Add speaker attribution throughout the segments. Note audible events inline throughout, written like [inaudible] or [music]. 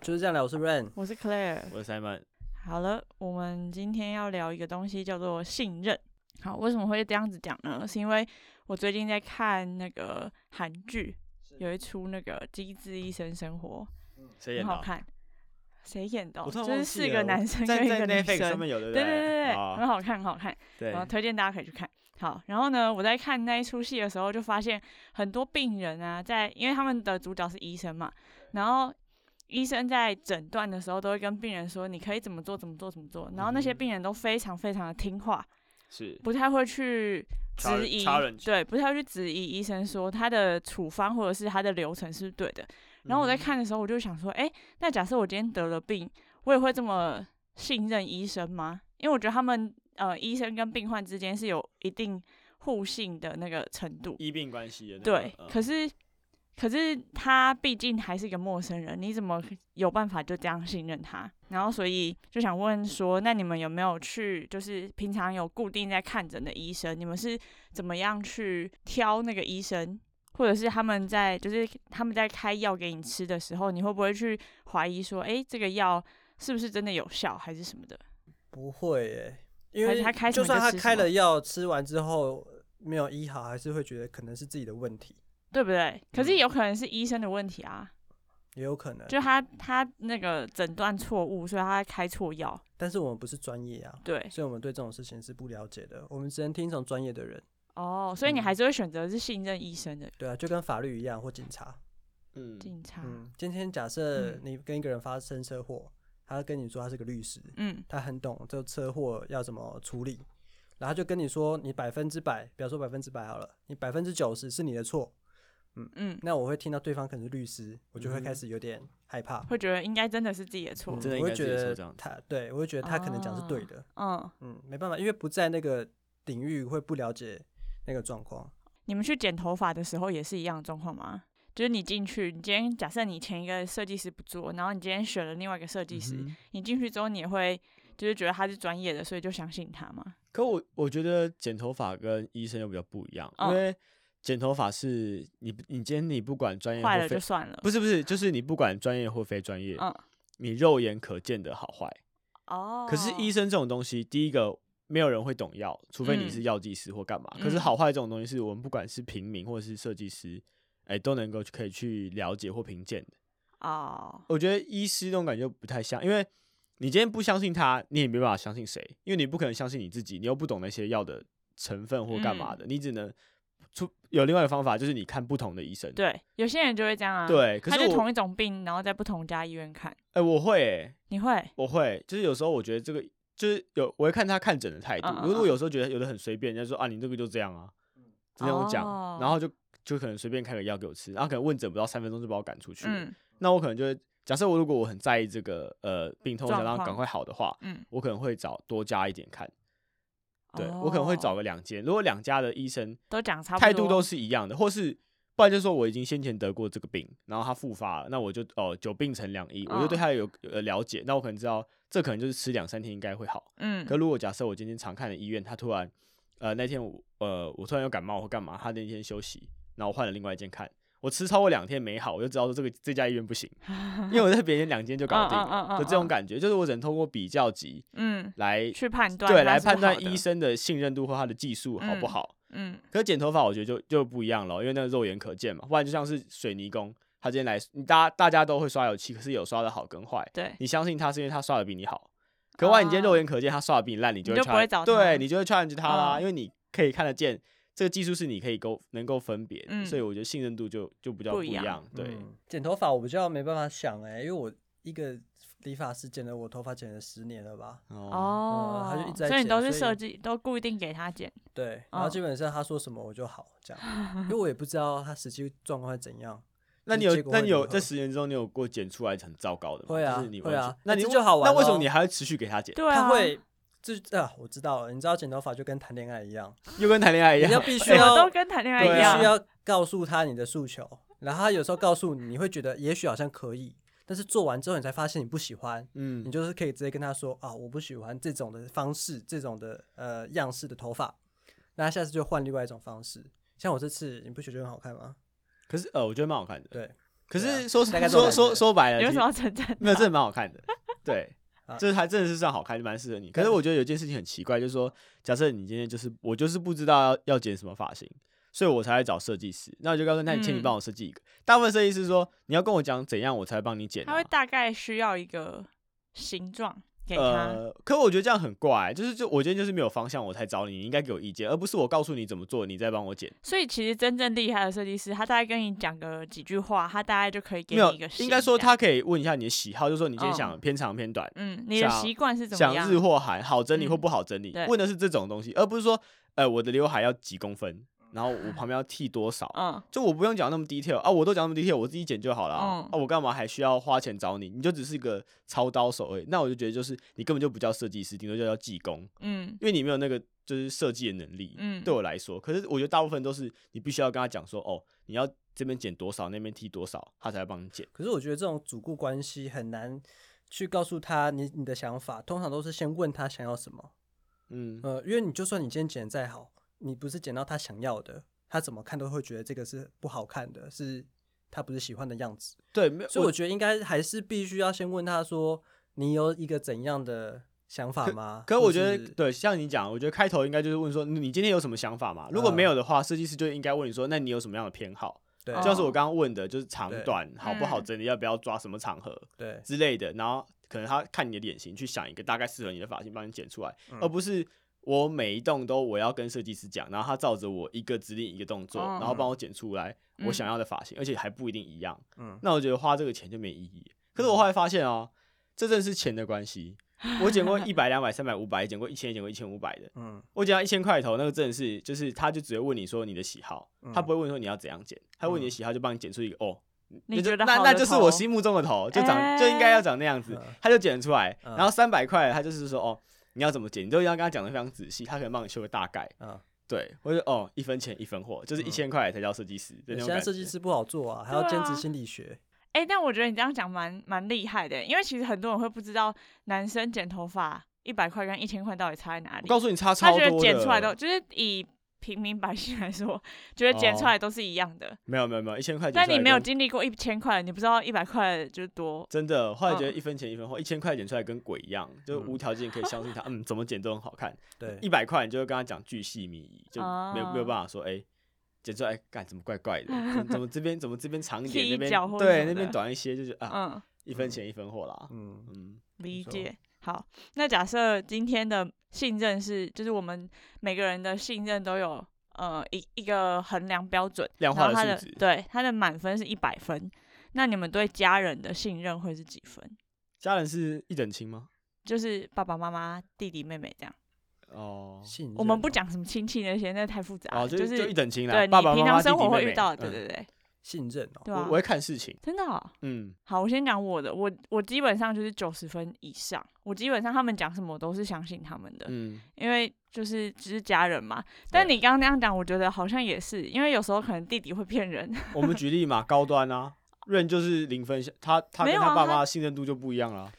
Speaker 1: 这样聊，我是 Ren。
Speaker 2: 我是 Claire。
Speaker 3: 我是 Simon，
Speaker 2: 好了，我们今天要聊一个东西，叫做信任。好，为什么会这样子讲呢？是因为我最近在看那个韩剧，有一出那个《机智医生生活
Speaker 3: 谁》，演
Speaker 2: 很
Speaker 3: 的
Speaker 2: 好
Speaker 3: 啊？
Speaker 2: 看。谁演的哦、
Speaker 3: 我突然
Speaker 2: 就是
Speaker 3: 忘记
Speaker 2: 四个
Speaker 3: 了
Speaker 2: 男生
Speaker 3: 在
Speaker 2: 跟一
Speaker 3: 在
Speaker 2: 个女
Speaker 3: Netflix 上
Speaker 2: 生。
Speaker 3: 面有对不
Speaker 2: 对对
Speaker 3: 对
Speaker 2: 对，很
Speaker 3: 啊
Speaker 2: 好看，很好看。
Speaker 3: 对
Speaker 2: 然后推荐大家可以去看。好，然后呢，我在看那一出戏的时候，就发现很多病人啊，在因为他们的主角是医生嘛，然后医生在诊断的时候都会跟病人说你可以怎么做怎么做怎么做，然后那些
Speaker 3: 嗯哼
Speaker 2: 病人都非常非常的听话，
Speaker 3: 是
Speaker 2: 不太会去
Speaker 3: 插
Speaker 2: 质疑，
Speaker 3: challenge
Speaker 2: 对，不太会去质疑医生说他的处方或者是他的流程是不是对的。然
Speaker 1: 嗯
Speaker 2: 后我在看的时候，我就想说，哎、那假设我今天得了病，我也会这么信任医生吗？因为我觉得他们呃，医生跟病患之间是有一定互信的那个程度。
Speaker 3: 医病关系的那
Speaker 2: 对
Speaker 3: 个，嗯
Speaker 2: 可是可是他毕竟还是一个陌生人，你怎么有办法就这样信任他？然后所以就想问说，那你们有没有去就是平常有固定在看诊的医生？你们是怎么样去挑那个医生？或者是他们在就是他们在开药给你吃的时候，你会不会去怀疑说，诶，这个药是不是真的有效，还是什么的？
Speaker 1: 不会耶，因
Speaker 2: 还
Speaker 1: 为
Speaker 2: 是他开什
Speaker 1: 就
Speaker 2: 么
Speaker 1: 算
Speaker 2: 就
Speaker 1: 他
Speaker 2: 吃什
Speaker 1: 开
Speaker 2: 么
Speaker 1: 了药，吃完之后没有医好，还是会觉得可能是自己的问题，
Speaker 2: 对不对？可是
Speaker 3: 嗯呃
Speaker 2: 有可能是医生的问题啊，
Speaker 1: 也有可能。
Speaker 2: 就他他那个诊断错误，所以他开错药。
Speaker 1: 但是我们不是专业啊，
Speaker 2: 对，
Speaker 1: 所以我们对这种事情是不了解的，我们只能听从专业的人。
Speaker 2: 哦，所以你还
Speaker 1: 嗯
Speaker 2: 是会选择是信任医生的
Speaker 1: 对啊，就跟法律一样或警察。
Speaker 3: 嗯，
Speaker 2: 警察。
Speaker 1: 嗯，今天假设
Speaker 2: 嗯
Speaker 1: 你跟一个人发生车祸，他跟你说他是个律师，
Speaker 2: 嗯
Speaker 1: 他很懂这车祸要怎么处理，然后他就跟你说你百分之百，比方说百分之百好了，你百分之九十是你的错，
Speaker 2: 嗯，
Speaker 1: 那我会听到对方可能是律师，我就会
Speaker 3: 嗯
Speaker 1: 开始有点害怕。
Speaker 2: 会觉得应该真的是自己的
Speaker 1: 嗯
Speaker 2: 错。
Speaker 3: 真的应
Speaker 1: 我会
Speaker 3: 该自
Speaker 1: 觉
Speaker 3: 己说
Speaker 1: 得
Speaker 3: 这样子
Speaker 1: 他对我会觉得他可能讲是对的，
Speaker 2: 嗯，
Speaker 1: 嗯，没办法，因为不在那个领域会不了解那个状况。
Speaker 2: 你们去剪头发的时候也是一样的状况吗？就是你进去，你今天假设你前一个设计师不做，然后你今天选了另外一个设计师，
Speaker 3: 嗯哼
Speaker 2: 你进去之后你也会就是觉得他是专业的，所以就相信他嘛。
Speaker 3: 可我我觉得剪头发跟医生又比较不一样，因
Speaker 2: 嗯
Speaker 3: 为剪头发是你你今天你不管专业
Speaker 2: 坏了
Speaker 3: 或
Speaker 2: 就
Speaker 3: 非，
Speaker 2: 算了。
Speaker 3: 不是不是，就是你不管专业或非专业，
Speaker 2: 嗯，
Speaker 3: 你肉眼可见的好坏。
Speaker 2: 哦。
Speaker 3: 可是医生这种东西，第一个没有人会懂药，除非你
Speaker 2: 嗯
Speaker 3: 是药剂师或干嘛。
Speaker 2: 嗯
Speaker 3: 可是好坏这种东西，是我们不管是平民或者是设计师，哎、都能够去可以去了解或评鉴的。
Speaker 2: 哦，
Speaker 3: 我觉得医师那种感觉不太像，因为你今天不相信他，你也没办法相信谁，因为你不可能相信你自己，你又不懂那些药的成分或
Speaker 2: 嗯
Speaker 3: 干嘛的，你只能出有另外一个方法，就是你看不同的医生。
Speaker 2: 对，有些人就会这样啊。，
Speaker 3: 对，可
Speaker 2: 他
Speaker 3: 是
Speaker 2: 就
Speaker 3: 我
Speaker 2: 同一种病，然后在不同家医院看。
Speaker 3: 哎、我会、欸，
Speaker 2: 你会？
Speaker 3: 我会，就是有时候我觉得这个就是有，我会看他看诊的态度。
Speaker 2: 嗯嗯
Speaker 3: 如果有时候觉得有的很随便，人家说啊，你这个就这样啊，就这样讲，
Speaker 2: 哦
Speaker 3: 然后就就可能随便开个药给我吃，然后可能问诊不到三分钟就把我赶出去了。
Speaker 2: 嗯
Speaker 3: 那我可能就会假设我如果我很在意这个呃病痛，我想
Speaker 2: 状
Speaker 3: 让它
Speaker 2: 况
Speaker 3: 赶快好的话，
Speaker 2: 嗯，
Speaker 3: 我可能会找多加一点看。对、我可能会
Speaker 2: 哦
Speaker 3: 找个两间，如果两家的医生
Speaker 2: 都讲差不多，
Speaker 3: 态度都是一样的，或是不然就是说我已经先前得过这个病，然后它复发了，那我就哦久病成良医，我就对
Speaker 2: 嗯
Speaker 3: 它有呃了解，那我可能知道这可能就是吃两三天应该会好。
Speaker 2: 嗯
Speaker 3: 可如果假设我今天常看的医院，它突然呃那天我呃我突然又感冒或干嘛，它那天休息，然后我换了另外一间看，我吃超过两天没好，我就知道说这个这家医院不
Speaker 2: [laughs]
Speaker 3: 行，因为我在别人两间就搞
Speaker 2: 嗯
Speaker 3: 定
Speaker 2: 嗯嗯嗯
Speaker 3: 了的这种感觉，就是我只能通过比较级
Speaker 2: 嗯，
Speaker 3: 来
Speaker 2: 去判断
Speaker 3: 对
Speaker 2: 它
Speaker 3: 来
Speaker 2: 是不
Speaker 3: 判断
Speaker 2: 好的
Speaker 3: 医，生的信任度或他的技术好不
Speaker 2: 嗯
Speaker 3: 好。
Speaker 2: 嗯
Speaker 3: 可是剪头发我觉得就就不一样了，因为那个肉眼可见嘛，不然就像是水泥工，他今天来，你大大家都会刷油漆，可是有刷的好跟坏，
Speaker 2: 对，
Speaker 3: 你相信他是因为他刷的比你好，可万一你今天肉眼可见他刷的比你烂，你
Speaker 2: 哦
Speaker 3: 就
Speaker 2: 你就不会
Speaker 3: challenge-
Speaker 2: 找他
Speaker 3: 对你就会 challenge 他啦，
Speaker 2: 嗯
Speaker 3: 因为你可以看得见这个技术是你可以够能够分别的，
Speaker 2: 嗯
Speaker 3: 所以我觉得信任度就就比较
Speaker 2: 不
Speaker 3: 不
Speaker 2: 一
Speaker 3: 一
Speaker 2: 样
Speaker 3: 样，对，
Speaker 1: 嗯剪头发我比较没办法想哎、因为我一个理发师剪了我头发剪了十年了吧？
Speaker 3: 哦，
Speaker 2: 哦，
Speaker 1: 他就一直在
Speaker 2: 所以你
Speaker 1: 剪
Speaker 2: 都
Speaker 1: 所
Speaker 2: 是
Speaker 1: 以
Speaker 2: 设计，都固定给他剪，
Speaker 1: 对，然后
Speaker 2: 嗯
Speaker 1: 基本上他说什么我就好这样，因为我也不知道他实际状况是怎样。
Speaker 3: 那你
Speaker 1: 就
Speaker 3: 有
Speaker 1: 是结果
Speaker 3: 那
Speaker 1: 会
Speaker 3: 你
Speaker 1: 如
Speaker 3: 有
Speaker 1: 何
Speaker 3: 这十年之中你有过剪出来很糟糕的吗？
Speaker 1: 会啊
Speaker 3: 就是你
Speaker 1: 会
Speaker 3: 完
Speaker 1: 啊
Speaker 3: 全那你
Speaker 1: 这就好玩
Speaker 3: 那为什么
Speaker 1: 咯
Speaker 3: 你还要持续给他剪？
Speaker 2: 对啊，
Speaker 1: 他会这啊，我知道了，你知道剪头发就跟谈恋爱一样，
Speaker 3: 又跟谈恋爱
Speaker 1: 你
Speaker 3: 一
Speaker 1: 要
Speaker 3: 样，
Speaker 1: 必须
Speaker 2: 什么
Speaker 1: 要
Speaker 2: 都跟谈恋爱
Speaker 3: 对啊
Speaker 1: 必
Speaker 2: 一
Speaker 1: 须
Speaker 2: 样，
Speaker 1: 要告诉他你的诉求，然后他有时候告诉你，你会觉得也许好像可以，但是做完之后你才发现你不喜欢，
Speaker 3: 嗯
Speaker 1: 你就是可以直接跟他说啊，我不喜欢这种的方式，这种的呃样式的头发，那他下次就换另外一种方式。像我这次，你不觉得很好看吗？
Speaker 3: 可是呃，我觉得蛮好看的。
Speaker 1: 对，
Speaker 3: 可
Speaker 1: 对啊
Speaker 3: 是说
Speaker 1: 大概这种
Speaker 3: 说
Speaker 1: 感
Speaker 3: 说
Speaker 1: 觉
Speaker 3: 说白了，
Speaker 2: 有什
Speaker 3: 其实
Speaker 2: 么要称赞？
Speaker 3: 没有，真的蛮好 [laughs] 看的。对
Speaker 1: 啊，
Speaker 3: 这还真的是算好看，蛮适合你。可是我觉得有件事情很奇怪，就是说，假设你今天就是我就是不知道要要剪什么发型，所以我才来找设计师。那我就告诉他，那你请你
Speaker 2: 嗯
Speaker 3: 帮我设计一个。大部分设计师说，你要跟我讲怎样，我才帮你剪、
Speaker 2: 他
Speaker 3: 啊
Speaker 2: 会。大概需要一个形状给他。
Speaker 3: 呃，可我觉得这样很怪、就是就我今天就是没有方向，我才找你，你应该给我意见，而不是我告诉你怎么做，你再帮我剪。
Speaker 2: 所以其实真正厉害的设计师，他大概跟你讲个几句话，他大概就可以给
Speaker 3: 没
Speaker 2: 你
Speaker 3: 有
Speaker 2: 一个形象。
Speaker 3: 应该说他可以问一下你的喜好，就是说你今天
Speaker 2: 嗯
Speaker 3: 想偏长偏短，
Speaker 2: 嗯，你的
Speaker 3: 想
Speaker 2: 习惯是怎么
Speaker 3: 想
Speaker 2: 样？
Speaker 3: 日或韩，好整理或
Speaker 2: 嗯
Speaker 3: 不好整理，
Speaker 2: 对
Speaker 3: 问的是这种东西，而不是说，呃，我的刘海要几公分，然后我旁边要剃多少，
Speaker 2: 嗯，
Speaker 3: 就我不用讲那么 detail 啊，我都讲那么 detail，我自己剪就好了啊
Speaker 2: 嗯，
Speaker 3: 啊我干嘛还需要花钱找你？你就只是一个操刀手而已，那我就觉得就是你根本就不叫设计师，顶多就叫技工，
Speaker 2: 嗯
Speaker 3: 因为你没有那个就是设计的能力。
Speaker 2: 嗯，
Speaker 3: 对我来说，可是我觉得大部分都是你必须要跟他讲说，哦，你要这边剪多少，那边剃多少，他才会帮你剪。
Speaker 1: 可是我觉得这种主顾关系很难去告诉他你你的想法，通常都是先问他想要什么。
Speaker 3: 嗯，
Speaker 1: 呃，因为你就算你今天剪得再好，你不是剪到他想要的，他怎么看都会觉得这个是不好看的，是他不是喜欢的样子。
Speaker 3: 对，没有，
Speaker 1: 所以我觉得应该还是必须要先问他说，你有一个怎样的想法吗？
Speaker 3: 可
Speaker 1: 或
Speaker 3: 我觉得
Speaker 1: 是，
Speaker 3: 对，像你讲，我觉得开头应该就是问说，你今天有什么想法嘛？
Speaker 1: 嗯
Speaker 3: 如果没有的话，设计师就应该问你说，那你有什么样的偏好？
Speaker 1: 对
Speaker 3: 就像是
Speaker 2: 哦
Speaker 3: 我刚刚问的，就是长
Speaker 1: 嗯对
Speaker 3: 短好不好
Speaker 2: 嗯
Speaker 3: 整理，要不要抓什么场合
Speaker 1: 对
Speaker 3: 之类的。然后可能他看你的脸型，去想一个大概适合你的发型，帮你剪出来，
Speaker 1: 嗯
Speaker 3: 而不是我每一栋都我要跟设计师讲，然后他照着我一个指令一个动作，
Speaker 2: 哦
Speaker 3: 然后帮我剪出来我
Speaker 2: 嗯
Speaker 3: 想要的发型，而且还不一定一样。
Speaker 1: 嗯，
Speaker 3: 那我觉得花这个钱就没意义。可是我后来发现哦，这正是钱的关
Speaker 1: [laughs]
Speaker 3: 系。我剪过一百、两百、三百、五百，剪过一千，也剪过一千五百的。
Speaker 1: 嗯
Speaker 3: 我剪到一千块头，那个真的是，就是他就只会问你说你的喜好，
Speaker 1: 嗯
Speaker 3: 他不会问说你要怎样剪，他问你的
Speaker 1: 嗯
Speaker 3: 喜好就帮你剪出一个哦，
Speaker 2: 嗯你
Speaker 3: 那就
Speaker 2: 觉得
Speaker 3: 那
Speaker 2: 好
Speaker 3: 那
Speaker 2: 的
Speaker 3: 就是
Speaker 2: 头哎
Speaker 3: 我心目中的头，就长、就应该要长那样子
Speaker 1: 嗯，
Speaker 3: 他就剪出来。
Speaker 1: 嗯
Speaker 3: 然后三百块，他就是说哦，你要怎么剪，你都要跟他讲的非常仔细，他可能帮你修个大概。
Speaker 1: 啊，
Speaker 3: 对，或者哦，一分钱一分货，就是
Speaker 1: 嗯
Speaker 3: 一千块才叫设计师。对，
Speaker 1: 现在设计师不好做啊，还要
Speaker 2: 对
Speaker 1: 兼
Speaker 2: 啊
Speaker 1: 职心理学。
Speaker 2: 哎、但我觉得你这样讲蛮蛮厉害的，欸因为其实很多人会不知道男生剪头发一百块跟一千块到底差在哪
Speaker 3: 我
Speaker 2: 里。
Speaker 3: 告诉你差
Speaker 2: 他
Speaker 3: 超
Speaker 2: 觉
Speaker 3: 多
Speaker 2: 得
Speaker 3: 的，
Speaker 2: 剪出来都就是以平民百姓来说，觉得
Speaker 3: 哦
Speaker 2: 剪出来都是一样的。
Speaker 3: 没有没有没有一千块，
Speaker 2: 但你没有经历过一千块，你不知道一百块就是多。
Speaker 3: 真的，后来觉得
Speaker 2: 嗯
Speaker 3: 一分钱一分货，一千块剪出来跟鬼一样，就
Speaker 1: 嗯
Speaker 3: 无条件可以相信他，嗯，怎么剪都很好看。
Speaker 1: 对，
Speaker 3: 一百块你就会跟他讲巨细靡遗，就没有、没
Speaker 2: 哦
Speaker 3: 有办法说哎。剪出来，干怎么怪怪的？怎么怎么这边怎么这边长一点，
Speaker 2: 踢
Speaker 3: 那
Speaker 2: 一脚
Speaker 3: 边
Speaker 2: 或
Speaker 3: 对
Speaker 2: 什么
Speaker 3: 那
Speaker 2: 的
Speaker 3: 边短一些，
Speaker 2: [laughs]
Speaker 3: 就是啊，
Speaker 2: 嗯，
Speaker 3: 一分钱一分货啦。
Speaker 1: 嗯，
Speaker 3: 嗯，
Speaker 2: 理
Speaker 1: 错
Speaker 2: 解。好，那假设今天的信任是，就是我们每个人的信任都有呃一一个衡量标准，
Speaker 3: 量
Speaker 2: 然
Speaker 3: 化
Speaker 2: 后他
Speaker 3: 的
Speaker 2: 的
Speaker 3: 数值
Speaker 2: 对他的满分是一百分。那你们对家人的信任会是几分？
Speaker 3: 家人是一等亲吗？
Speaker 2: 就是爸爸妈妈、弟弟妹妹这样。
Speaker 3: 哦
Speaker 1: 信任
Speaker 2: 我们
Speaker 1: 哦
Speaker 2: 不讲什么亲戚那些，那太复杂了。
Speaker 3: 哦，就
Speaker 2: 啊就是
Speaker 3: 就一等亲啦。
Speaker 2: 对
Speaker 3: 爸爸
Speaker 2: 你
Speaker 3: 妈
Speaker 2: 平常
Speaker 3: 妈弟
Speaker 2: 生
Speaker 3: 弟
Speaker 2: 活会
Speaker 3: 妹妹
Speaker 2: 遇到，对
Speaker 3: 嗯
Speaker 2: 对对，
Speaker 1: 信任哦，
Speaker 2: 对
Speaker 3: 我
Speaker 2: 啊
Speaker 3: 我会看事情，
Speaker 2: 真的哦。
Speaker 3: 嗯，
Speaker 2: 好，我先讲我的，我我基本上就是九十分以上，我基本上他们讲什么我都是相信他们的， [laughs]
Speaker 3: 嗯，
Speaker 2: 因为就是只、是家人嘛。但
Speaker 3: 对
Speaker 2: 你刚刚那样讲，我觉得好像也是，因为有时候可能弟弟会骗人，
Speaker 3: 我们举例嘛，高端啊，润就是零分项，他他
Speaker 2: 没
Speaker 3: 跟
Speaker 2: 有
Speaker 3: 他
Speaker 2: 啊
Speaker 3: 爸
Speaker 2: 他
Speaker 3: 妈的信任度就不一样了。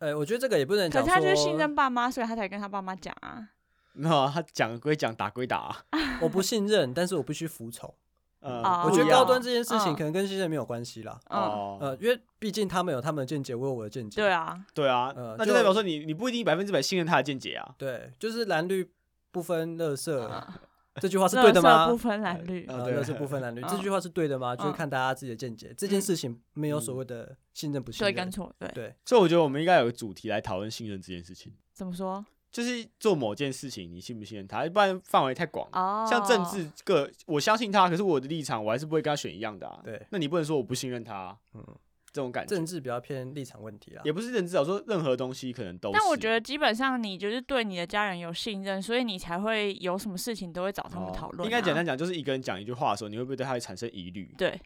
Speaker 1: 呃，我觉得这个也不能
Speaker 2: 可
Speaker 1: 讲
Speaker 2: 是
Speaker 1: 说，
Speaker 2: 他就是信任爸妈，所以他才跟他爸妈讲啊。
Speaker 3: 没有啊，他讲归讲，打归打啊。
Speaker 1: 我不信任，但是我必须服从。
Speaker 3: 呃
Speaker 2: 哦
Speaker 1: 我
Speaker 3: 不
Speaker 1: 觉
Speaker 3: 一
Speaker 1: 得
Speaker 3: 样
Speaker 1: 高端这件事情
Speaker 2: 嗯
Speaker 1: 可能跟信任没有关系啦，
Speaker 2: 嗯，
Speaker 1: 呃
Speaker 3: 哦，，
Speaker 1: 因为毕竟他们有他们的见解，我有我的见解。
Speaker 2: 对，啊，
Speaker 3: 对啊
Speaker 1: 呃，
Speaker 3: 那
Speaker 1: 就
Speaker 3: 就代表说你你不一定百分之百信任他的见解啊。
Speaker 1: 对，就是蓝绿不分乐色
Speaker 2: 嗯
Speaker 1: 这句话是对
Speaker 2: 垃
Speaker 1: 的
Speaker 2: 圾
Speaker 1: 吗
Speaker 3: [laughs]
Speaker 2: 不？分蓝绿，
Speaker 3: 呃
Speaker 1: 呃，
Speaker 3: 对
Speaker 1: 乐色不分蓝绿这
Speaker 2: 嗯
Speaker 1: 句话是对的吗？就是
Speaker 2: 嗯
Speaker 1: 看大家自己的见解，这件事情没有所
Speaker 3: 嗯
Speaker 1: 谓的信任不信
Speaker 2: 对跟
Speaker 1: 任。
Speaker 2: 错，对，
Speaker 1: 对，
Speaker 3: 所以我觉得我们应该有个主题来讨论信任这件事情，
Speaker 2: 怎么说？
Speaker 3: 就是做某件事情你信不信任他，不然范围太广。
Speaker 2: 哦，
Speaker 3: 像政治个，我相信他，可是我的立场我还是不会跟他选一样的啊。
Speaker 1: 对
Speaker 3: 那你不能说我不信任他啊，
Speaker 1: 嗯，
Speaker 3: 这种感觉
Speaker 1: 政治比啊较偏立场问题啦
Speaker 3: 也。不是认知，我说任何东西可能都是。
Speaker 2: 但我觉得基本上你就是对你的家人有信任，所以你才会有什么事情都会找他们
Speaker 3: 哦
Speaker 2: 讨论、啊
Speaker 3: 应该简单讲，就是一个人讲一句话的时候，你会不会对他产生疑虑？
Speaker 2: 对，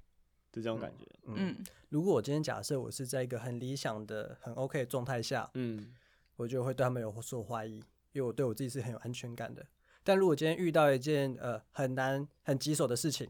Speaker 3: 就这种感觉。
Speaker 1: 嗯，
Speaker 2: 嗯。
Speaker 1: 如果我今天假设我是在一个很理想的、很 OK 的状态下，
Speaker 3: 嗯，
Speaker 1: 我就会对他们有所怀疑，因为我对我自己是很有安全感的。但如果今天遇到一件呃很难、很棘手的事情，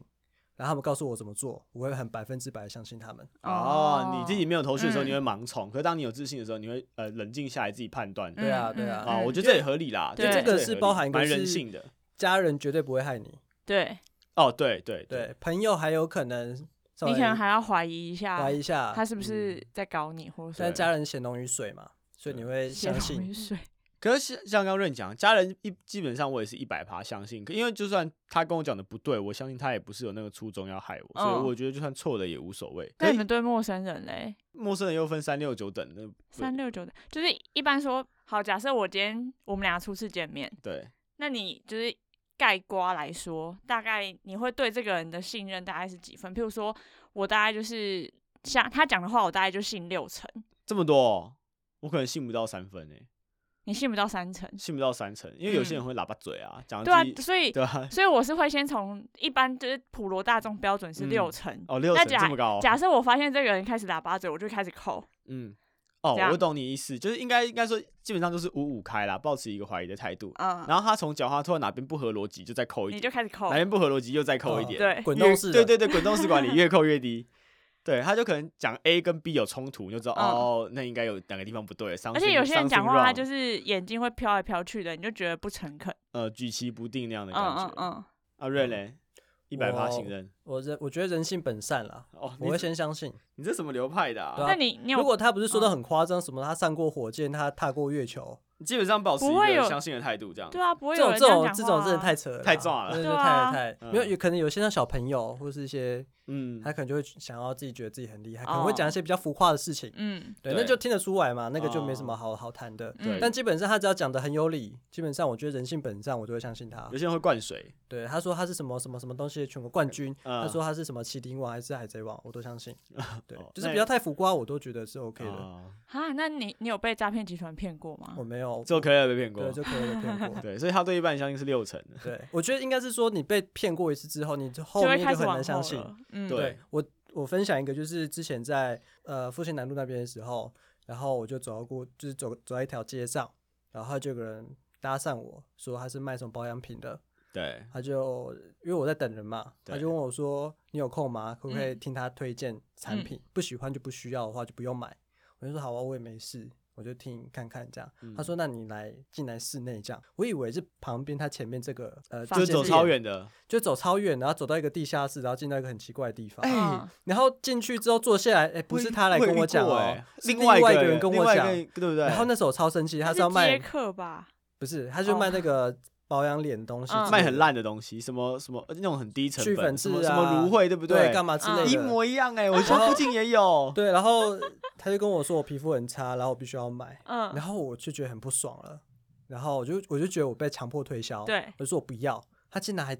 Speaker 1: 然后他们告诉我怎么做，我会很百分之百地相信他们。
Speaker 3: 哦，你自己没有头绪的时候，
Speaker 2: 嗯
Speaker 3: 你会盲从；可是当你有自信的时候，你会呃冷静下来自己判断。
Speaker 2: 嗯
Speaker 1: 对啊对啊
Speaker 3: 啊，我觉
Speaker 1: 因
Speaker 3: 得这
Speaker 1: 为
Speaker 3: 也合理啦，
Speaker 2: 对
Speaker 3: 也
Speaker 2: 这
Speaker 1: 个
Speaker 3: 也
Speaker 1: 是
Speaker 3: 合理
Speaker 1: 包含一个
Speaker 3: 蛮人
Speaker 1: 是
Speaker 3: 性的。
Speaker 1: 家人绝对不会害你，
Speaker 2: 对
Speaker 3: 哦，对对
Speaker 1: 对，朋友还有可能稍
Speaker 2: 你可能
Speaker 1: 微
Speaker 2: 还要怀疑一下
Speaker 1: 怀，疑一下，
Speaker 2: 他是不是
Speaker 3: 嗯
Speaker 2: 在搞你，或者
Speaker 1: 但
Speaker 3: 对
Speaker 1: 家人血浓于水嘛，所以你会
Speaker 2: 血
Speaker 1: 相
Speaker 2: 浓于
Speaker 1: 信。
Speaker 2: 水。
Speaker 3: 可是像像刚润讲，家人一基本上我也是一百趴相信，可因为就算他跟我讲的不对，我相信他也不是有那个初衷要害我，所
Speaker 2: 嗯
Speaker 3: 以我觉得就算错了也无所谓。
Speaker 2: 那
Speaker 3: 可
Speaker 2: 你
Speaker 3: 是
Speaker 2: 们对陌生人嘞，
Speaker 3: 陌生人又分三六九等，那不
Speaker 2: 三六九的，就是一般说，好，假设我今天我们俩初次见面，
Speaker 3: 对
Speaker 2: 那你就是盖瓜来说，大概你会对这个人的信任大概是几分？譬如说我大概就是像他讲的话，我大概就信六成，
Speaker 3: 这么多哦，我可能信不到三分诶、
Speaker 2: 你信不到三成。
Speaker 3: 信不到三成，因为有些人会喇叭嘴啊，讲
Speaker 2: 对啊
Speaker 3: 自，己
Speaker 2: 所以
Speaker 3: 对啊，
Speaker 2: 所以我是会先从一般就是普罗大众标准是
Speaker 3: 嗯
Speaker 2: 六成。
Speaker 3: 哦六
Speaker 2: 那
Speaker 3: 成这么高哦，
Speaker 2: 假设我发现这个人开始喇叭嘴，我就开始扣。
Speaker 3: 嗯，哦
Speaker 2: 这样，
Speaker 3: 我懂你意思，就是应该应该说基本上就是五五开啦，保持一个怀疑的态度。
Speaker 2: 嗯，
Speaker 3: 然后他从讲话突然哪边不合逻辑，就再扣一
Speaker 2: 你
Speaker 3: 点
Speaker 2: 就；开始扣
Speaker 3: 哪。边不合逻辑，又再扣一
Speaker 1: 哦
Speaker 3: 点。
Speaker 2: 对
Speaker 1: 滚
Speaker 3: 越
Speaker 1: 动式
Speaker 3: 对
Speaker 1: 的，
Speaker 3: 对对，滚动式管理越扣越低。对，他就可能讲 A 跟 B 有冲突，你就知道、
Speaker 2: 嗯
Speaker 3: 哦，那应该有哪个地方不对。
Speaker 2: 而且有些人讲话，他就是是眼睛会飘来飘去的，你就觉得不诚恳。
Speaker 3: 呃举棋不定那样的
Speaker 2: 嗯
Speaker 3: 感觉。
Speaker 2: 嗯嗯，
Speaker 3: 阿瑞嘞，一百八
Speaker 1: 我
Speaker 3: 信任
Speaker 1: 我人我觉得人性本善啦，
Speaker 3: 哦，
Speaker 1: 我
Speaker 3: 你
Speaker 1: 会
Speaker 3: 这
Speaker 1: 先相信。
Speaker 3: 你这什么流派的、啊？
Speaker 1: 对啊
Speaker 2: 嗯那你你有
Speaker 1: 如果他不是说
Speaker 2: 嗯
Speaker 1: 的很夸张，什么他上过火箭，他踏过月球，
Speaker 3: 你基本上保持一
Speaker 2: 不会
Speaker 3: 个
Speaker 2: 有
Speaker 3: 相信的态度，这样
Speaker 2: 对啊，不会
Speaker 1: 这
Speaker 2: 有
Speaker 1: 种
Speaker 2: 人
Speaker 1: 这种
Speaker 2: 样讲
Speaker 1: 这
Speaker 2: 话
Speaker 1: 种
Speaker 2: 啊
Speaker 1: 真的太扯了啦，
Speaker 3: 太壮了
Speaker 1: 真的
Speaker 2: 对
Speaker 1: 是
Speaker 2: 啊
Speaker 1: 太太，
Speaker 3: 嗯
Speaker 1: 没有有可能有些像小朋友或是一些，
Speaker 3: 嗯
Speaker 1: 他，可能就会想要自己觉得自己很厉害，
Speaker 2: 哦
Speaker 1: 可能会讲一些比较浮夸的事情，
Speaker 2: 嗯，
Speaker 1: 对，
Speaker 3: 对
Speaker 1: 那就听得出来嘛，那个就没
Speaker 3: 哦
Speaker 1: 什么好好谈的。
Speaker 2: 嗯
Speaker 3: 对
Speaker 1: 但基本上他只要讲的很有理，基本上我觉得人性本善，我就会相信他
Speaker 3: 有。些人会灌水。
Speaker 1: 对，他说他是什么什么什么东西的全国冠军，
Speaker 3: 嗯
Speaker 1: 他说他是什么麒麟王还是海贼王，我都相信。对
Speaker 3: [laughs] 哦，
Speaker 1: 就是
Speaker 3: 那
Speaker 1: 不要太浮夸，我都觉得是 OK 的。
Speaker 3: 哦
Speaker 2: 啊，那你你有被诈骗集团骗过吗
Speaker 1: 我？没
Speaker 3: [laughs]
Speaker 1: 有，
Speaker 3: 只有 k e 被骗过
Speaker 1: 对，，就可以被骗
Speaker 3: [laughs]
Speaker 1: 过。
Speaker 3: 对，所以他对一半相信是六成的。
Speaker 1: 对，我觉得应该是说你被骗过一次之后，你就后
Speaker 2: 就会
Speaker 1: 面
Speaker 2: 开
Speaker 1: 就
Speaker 2: 始
Speaker 1: 很
Speaker 2: 往
Speaker 1: 难
Speaker 2: 后
Speaker 1: 相信。
Speaker 2: 了。嗯，
Speaker 3: 对
Speaker 1: 我，我分享一个，就是之前在呃复兴南路那边的时候，然后我就走到过，就是走走在一条街上，然后就有个人搭讪我说他是卖什么保养品的，
Speaker 3: 对，
Speaker 1: 他就因为我在等人嘛，他
Speaker 3: 对
Speaker 1: 就问我说你有空吗？可不可以
Speaker 2: 嗯
Speaker 1: 听他推荐产
Speaker 2: 嗯
Speaker 1: 品？不喜欢就不需要的话就不用买。我就说好啊，我也没事。我就听看看这样，
Speaker 3: 嗯
Speaker 1: 他说：“那你来进来室内这样。”我以为是旁边他前面这个呃，
Speaker 2: 房
Speaker 3: 就是
Speaker 2: 间
Speaker 3: 走
Speaker 2: 里
Speaker 3: 超远的，
Speaker 1: 就走超远，然后走到一个地下室，然后进到一个很奇怪的地方。
Speaker 2: 嗯
Speaker 1: 然后进去之后坐下来，哎、不是他来跟我讲
Speaker 3: 我
Speaker 1: 哦、
Speaker 3: 也遇过欸
Speaker 1: 是
Speaker 3: 另
Speaker 1: 另外
Speaker 3: 一
Speaker 1: 一个人跟
Speaker 3: 另
Speaker 1: 我
Speaker 3: 外一
Speaker 1: 讲
Speaker 3: 个。人对不对？
Speaker 1: 然后那时候我超生气，他
Speaker 2: 他
Speaker 1: 是要
Speaker 2: 接
Speaker 1: 卖，
Speaker 2: 客吧？
Speaker 1: 不是，他就卖那个保养脸东西之类
Speaker 2: 哦嗯
Speaker 1: 的，
Speaker 3: 卖很烂的东西，什么什么呃那种很低成
Speaker 1: 去
Speaker 3: 本，
Speaker 1: 粉
Speaker 3: 什
Speaker 1: 刺
Speaker 3: 么
Speaker 1: 啊，
Speaker 3: 什么芦荟，对不
Speaker 1: 对？
Speaker 3: 对？
Speaker 1: 干嘛之
Speaker 2: 嗯
Speaker 1: 类的，
Speaker 3: 一模一样哎，我家附近也有。
Speaker 1: 对。然后他就跟我说我皮肤很差，然后我必须要买，
Speaker 2: 嗯
Speaker 1: 然，后我就觉得很不爽了，然后我就我就觉得我被强迫推销，
Speaker 2: 对
Speaker 1: 我就说我不要，他竟然还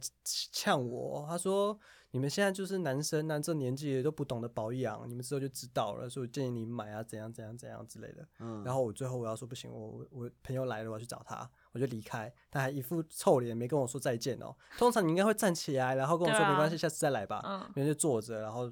Speaker 1: 呛我，他说你们现在就是男生啊，这年纪都不懂得保养，你们之后就知道了，所以我建议你买啊，怎样怎样怎样之类的。
Speaker 3: 嗯
Speaker 1: 然后我最后我要说不行，我我我朋友来了，我要去找他，我就离开，他还一副臭脸，没跟我说再见哦。通常你应该会站起来，然后跟我说、
Speaker 2: 对啊
Speaker 1: 没关系，下次再来吧。
Speaker 2: 嗯
Speaker 1: 人家就坐着，然后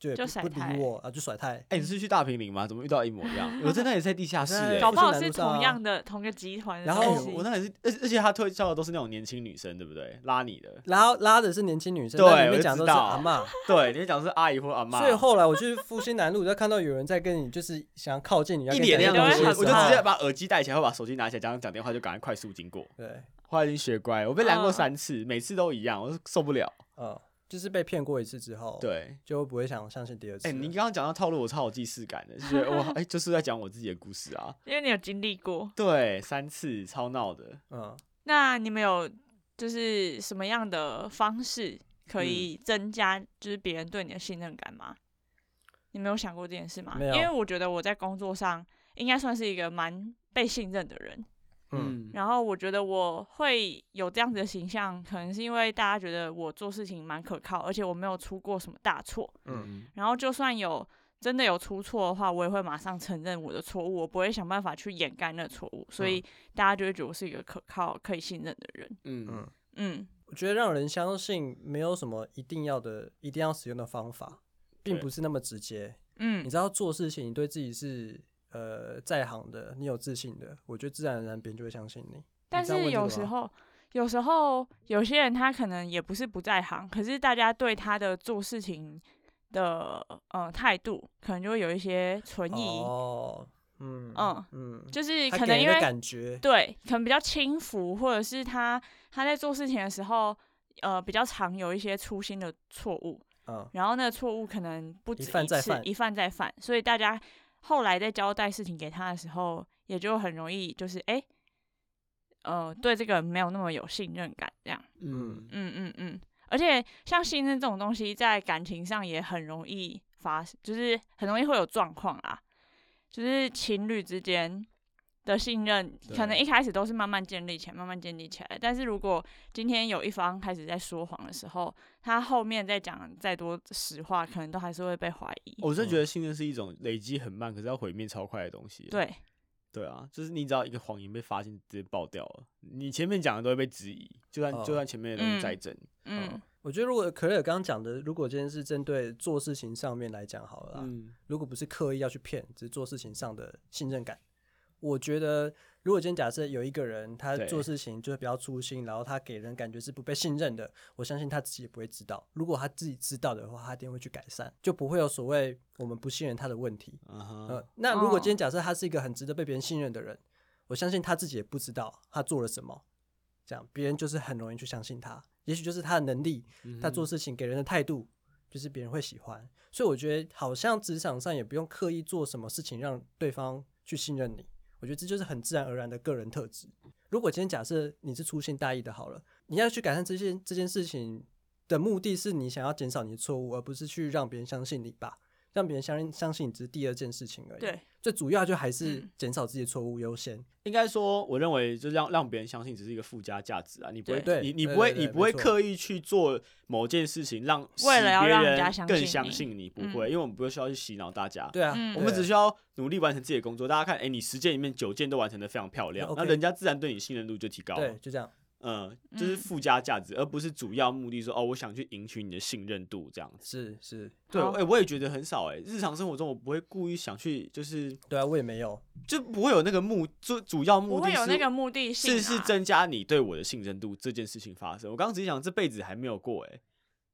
Speaker 1: 就也
Speaker 2: 就
Speaker 1: 不
Speaker 2: 甩
Speaker 1: 不理
Speaker 2: 态
Speaker 1: 我啊，就甩太。
Speaker 3: 哎，你是去大平林吗？怎么遇到一模一样？我真的也是在地下室哎
Speaker 1: 对搞。
Speaker 2: 搞不
Speaker 1: 不
Speaker 2: 好
Speaker 1: 是
Speaker 2: 是
Speaker 1: 南路上啊
Speaker 2: 同样的同个集团的
Speaker 1: 然
Speaker 2: 东
Speaker 1: 后
Speaker 2: 西。
Speaker 3: 哎我那也是，而而且他推销的都是那种年轻女生，对不对？拉你的，
Speaker 1: 然后拉的是年轻女生，
Speaker 3: 对
Speaker 1: 但里
Speaker 3: 我
Speaker 1: 面
Speaker 3: 就
Speaker 1: 讲的都
Speaker 3: 知
Speaker 1: 是
Speaker 3: 道
Speaker 1: 阿嬷。
Speaker 3: 对，你就讲是阿姨或阿妈，
Speaker 1: 所以后来我去复兴南路，就看到有人在跟你，就是想要靠近你，要
Speaker 3: 一
Speaker 1: 跟你
Speaker 3: 脸那
Speaker 1: 讲
Speaker 3: 样
Speaker 1: 东
Speaker 3: 东
Speaker 1: 西
Speaker 3: 西，
Speaker 1: 的
Speaker 3: 我
Speaker 1: 时
Speaker 3: 就
Speaker 1: 候
Speaker 3: 直接把耳机戴起来，或把手机拿起来，讲讲电话就赶快快速经过。
Speaker 1: 对，
Speaker 3: 后来已经学乖了，我被拦
Speaker 1: 啊
Speaker 3: 过
Speaker 2: 嗯
Speaker 3: 三次，每次都一样，我受不了。
Speaker 1: 嗯，就是被骗过一次之后，，
Speaker 3: 对，
Speaker 1: 就不会想相信第二次
Speaker 3: 哎、
Speaker 1: 了。
Speaker 3: 你刚刚讲到套路，我超有既视感的，就觉得哇，哎、就是在讲我自己的故事啊。
Speaker 2: 因为你有经历过，
Speaker 3: 对，三次超闹的，
Speaker 1: 嗯，
Speaker 2: 那你们有就是什么样的方式可以
Speaker 1: 嗯
Speaker 2: 增加就是别人对你的信任感吗？你没有想过这件事吗？
Speaker 1: 没有
Speaker 2: 因为我觉得我在工作上应该算是一个蛮被信任的人，
Speaker 1: 嗯
Speaker 3: 嗯，
Speaker 2: 然后我觉得我会有这样子的形象，可能是因为大家觉得我做事情蛮可靠，而且我没有出过什么大错。
Speaker 1: 嗯
Speaker 3: 嗯，
Speaker 2: 然后就算有真的有出错的话，我也会马上承认我的错误，我不会想办法去掩盖那错误，所
Speaker 1: 嗯
Speaker 2: 以大家就会觉得我是一个可靠、可以信任的人。
Speaker 3: 嗯
Speaker 1: 嗯
Speaker 2: 嗯，
Speaker 1: 我觉得让人相信没有什么一定要的、一定要使用的方法，并
Speaker 3: 对
Speaker 1: 不是那么直接。你
Speaker 2: 嗯，
Speaker 1: 知道做事情，你对自己是呃在行的，你有自信的，我觉得自然而然别人就会相信你。
Speaker 2: 但
Speaker 1: 你这样问这
Speaker 2: 是
Speaker 1: 个啊
Speaker 2: 有时
Speaker 1: 吗
Speaker 2: 候，有时候有些人他可能也不是不在行，可是大家对他的做事情的呃态度，可能就会有一些存疑，
Speaker 1: 哦，嗯
Speaker 2: 嗯
Speaker 1: 嗯，
Speaker 2: 就是
Speaker 1: 他
Speaker 2: 可
Speaker 1: 给
Speaker 2: 能
Speaker 1: 人
Speaker 2: 因
Speaker 1: 的
Speaker 2: 为
Speaker 1: 感觉，
Speaker 2: 对，可能比较轻浮，或者是他他在做事情的时候，呃，比较常有一些粗心的错误，
Speaker 1: 嗯，
Speaker 2: 然后那个错误可能不止
Speaker 1: 一犯
Speaker 2: 一
Speaker 1: 再
Speaker 2: 次
Speaker 1: 犯
Speaker 2: 一犯再犯，所以大家后来在交代事情给他的时候，也就很容易就是哎、诶呃，对这个人没有那么有信任感，这样，
Speaker 3: 嗯，
Speaker 2: 嗯嗯嗯，而且像信任这种东西，在感情上也很容易发，就是很容易会有状况啊，就是情侣之间。的信任可能
Speaker 3: 对
Speaker 2: 一开始都是慢慢建立起来，慢慢建立起来。但是如果今天有一方开始在说谎的时候，他后面再讲再多实话，可能都还是会被怀疑。
Speaker 3: 我真的觉得信任是一种累积很慢，可是要毁灭超快的东西。
Speaker 2: 对，
Speaker 3: 对啊，就是你只要一个谎言被发现，直接爆掉了，你前面讲的都会被质疑，就算、
Speaker 1: 哦
Speaker 3: 就算前面的东西再真，
Speaker 2: 嗯
Speaker 3: 嗯
Speaker 1: 我觉得如果可乐刚刚讲的，如果今天是针对做事情上面来讲好了啦，
Speaker 3: 嗯，
Speaker 1: 如果不是刻意要去骗，只是做事情上的信任感，我觉得如果今天假设有一个人他
Speaker 3: 对
Speaker 1: 做事情就是比较粗心，然后他给人感觉是不被信任的，我相信他自己也不会知道。如果他自己知道的话，他一定会去改善，就不会有所谓我们不信任他的问题。
Speaker 3: 啊哈
Speaker 1: 呃，那如果
Speaker 2: 哦
Speaker 1: 今天假设他是一个很值得被别人信任的人，我相信他自己也不知道他做了什么，这样别人就是很容易去相信他。也许就是他的能力，他做事情给人的态度，就是别人会喜欢。所以我觉得好像职场上也不用刻意做什么事情让对方去信任你。我觉得这就是很自然而然的个人特质。如果今天假设你是粗心大意的，好了，你要去改善这件这件事情的目的是你想要减少你的错误，而不是去让别人相信你吧？让别人相信相信你只是第二件事情而已。
Speaker 2: 对，
Speaker 1: 最主要就还是
Speaker 2: 嗯
Speaker 1: 减少自己的错误优先。
Speaker 3: 应该说，我认为就让让别人相信只是一个附加价值啊，你不会，
Speaker 1: 对
Speaker 3: 你你
Speaker 1: 对
Speaker 3: 不会，
Speaker 1: 对对
Speaker 3: 你不
Speaker 1: 没
Speaker 3: 会
Speaker 1: 错
Speaker 3: 刻意去做某件事情让
Speaker 2: 为了要让人家
Speaker 3: 人
Speaker 2: 相信
Speaker 3: 更
Speaker 2: 你
Speaker 3: 相信你，不会，因为我们不需要去洗脑大家，
Speaker 1: 对啊，
Speaker 2: 嗯
Speaker 3: 我们只需
Speaker 1: 要
Speaker 3: 要努力完成自己的工作。大家看，哎，你十件里面九件都完成的非常漂亮，
Speaker 1: OK
Speaker 3: 那人家自然对你信任度就提高了
Speaker 1: 对，就这样。
Speaker 3: 嗯，就是附加价值，而不是主要目的说哦，我想去赢取你的信任度这样子。
Speaker 1: 是是，
Speaker 3: 对，
Speaker 2: 好
Speaker 3: 哎、我也觉得很少哎、日常生活中我不会故意想去，就是
Speaker 1: 对啊，我也没有。
Speaker 3: 就不会有那个目，就主要
Speaker 2: 不
Speaker 3: 目的
Speaker 2: 会
Speaker 3: 是
Speaker 2: 有那个目的性、啊，
Speaker 3: 是是增加你对我的信任度这件事情发生。我刚刚只是想这辈子还没有过哎、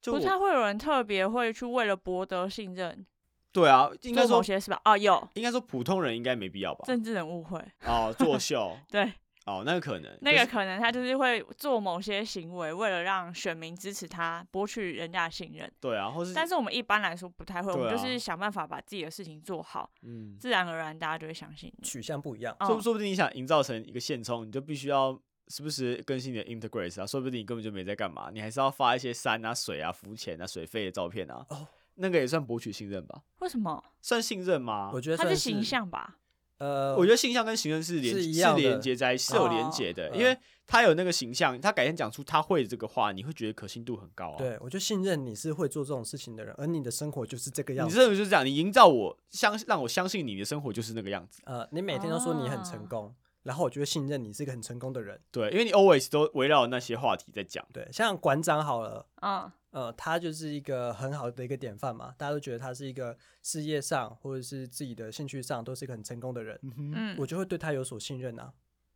Speaker 3: 就
Speaker 2: 不啊太
Speaker 3: 我
Speaker 2: 会有人特别会去为了博得信任，
Speaker 3: 对啊，应该
Speaker 2: 做某
Speaker 3: 说
Speaker 2: 些是吧？哦，有
Speaker 3: 应该说普通人应该没必要吧？
Speaker 2: 政治人物会，
Speaker 3: 哦，作秀
Speaker 2: 对，
Speaker 3: 哦，那个可能
Speaker 2: 那
Speaker 3: 可
Speaker 2: 个
Speaker 3: 是
Speaker 2: 可能他就是会做某些行为，为了让选民支持他，博取人家的信任。
Speaker 3: 对啊，或是
Speaker 2: 但是我们一般来说不太会，我们
Speaker 3: 对
Speaker 2: 就
Speaker 3: 啊
Speaker 2: 是想办法把自己的事情做好，
Speaker 3: 嗯，
Speaker 2: 自然而然大家就会相信你。
Speaker 1: 取向不一样。
Speaker 2: 哦
Speaker 3: 说说不定你想营造成一个现充，你就必须要时不时更新你的 Integrates 啊，说不定你根本就没在干嘛，你还是要发一些山啊、水啊、浮潜啊、水费的照片啊，
Speaker 1: 哦
Speaker 3: 那个也算博取信任吧？
Speaker 2: 为什么？
Speaker 3: 算信任吗？
Speaker 1: 我觉得
Speaker 2: 他
Speaker 1: 算
Speaker 2: 啊是形象吧？
Speaker 1: 呃，
Speaker 3: 我觉得形象跟行任是连
Speaker 1: 是
Speaker 3: 是
Speaker 1: 一样的
Speaker 3: 连接在一起，是有连接的，
Speaker 1: 哦
Speaker 3: 因为他有那个形象，他改天讲出他会这个话，你会觉得可信度很高啊。，
Speaker 1: 对，我就信任你是会做这种事情的人，而你的生活就是这个样
Speaker 3: 你
Speaker 1: 子。
Speaker 3: 这个就是这样，你营造我相让我相信你的生活就是那个样子，
Speaker 1: 呃，你每天都说你很成功，然后我就会信任你是一个很成功的人。
Speaker 3: 对，因为你 always 都围绕那些话题在讲，
Speaker 1: 对，像馆长好了，
Speaker 2: 嗯，
Speaker 1: 呃，他就是一个很好的一个典范嘛，大家都觉得他是一个事业上或者是自己的兴趣上都是一个很成功的人，
Speaker 2: 嗯
Speaker 1: 我就会对他有所信任啊。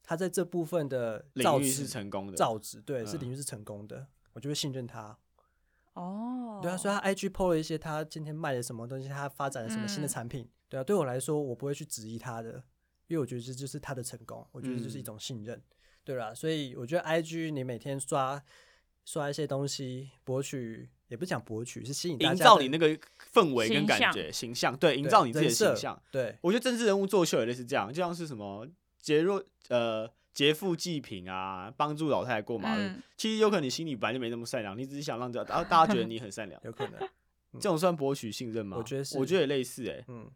Speaker 1: 他在这部分的造
Speaker 3: 领域
Speaker 1: 纸
Speaker 3: 是成功的，
Speaker 1: 造纸，对，是
Speaker 3: 嗯
Speaker 1: 领域是成功的，我就会信任他。
Speaker 2: 哦，
Speaker 1: 对啊，所以他 IG PO 了一些他今天卖的什么东西，他发展了什么新的
Speaker 2: 嗯
Speaker 1: 产品。对啊，对我来说，我不会去质疑他的，因为我觉得这就是他的成功，我觉得这就是一
Speaker 3: 嗯
Speaker 1: 种信任，对啦、所以我觉得 IG 你每天刷刷一些东西，博取也不是讲博取，是吸引大
Speaker 3: 营
Speaker 1: 家
Speaker 3: 造
Speaker 1: 的
Speaker 3: 你那个氛围跟
Speaker 2: 形
Speaker 3: 感
Speaker 2: 象
Speaker 3: 觉形象，对，营
Speaker 1: 对
Speaker 3: 造你自己
Speaker 1: 人
Speaker 3: 的形
Speaker 1: 设
Speaker 3: 象。。
Speaker 1: 对，，
Speaker 3: 我觉得政治人物作秀也类似这样，就像是什么杰若呃劫富济贫啊，帮助老太太过马路。
Speaker 2: 嗯
Speaker 3: 其实有可能你心里本来就没那么善良，你只是想让大家大家觉得你很善良
Speaker 1: 有可
Speaker 3: [laughs]
Speaker 1: 能，
Speaker 3: 这种算博取信任吗？
Speaker 1: 我觉得是
Speaker 3: 我觉得也类似哎、
Speaker 1: 嗯，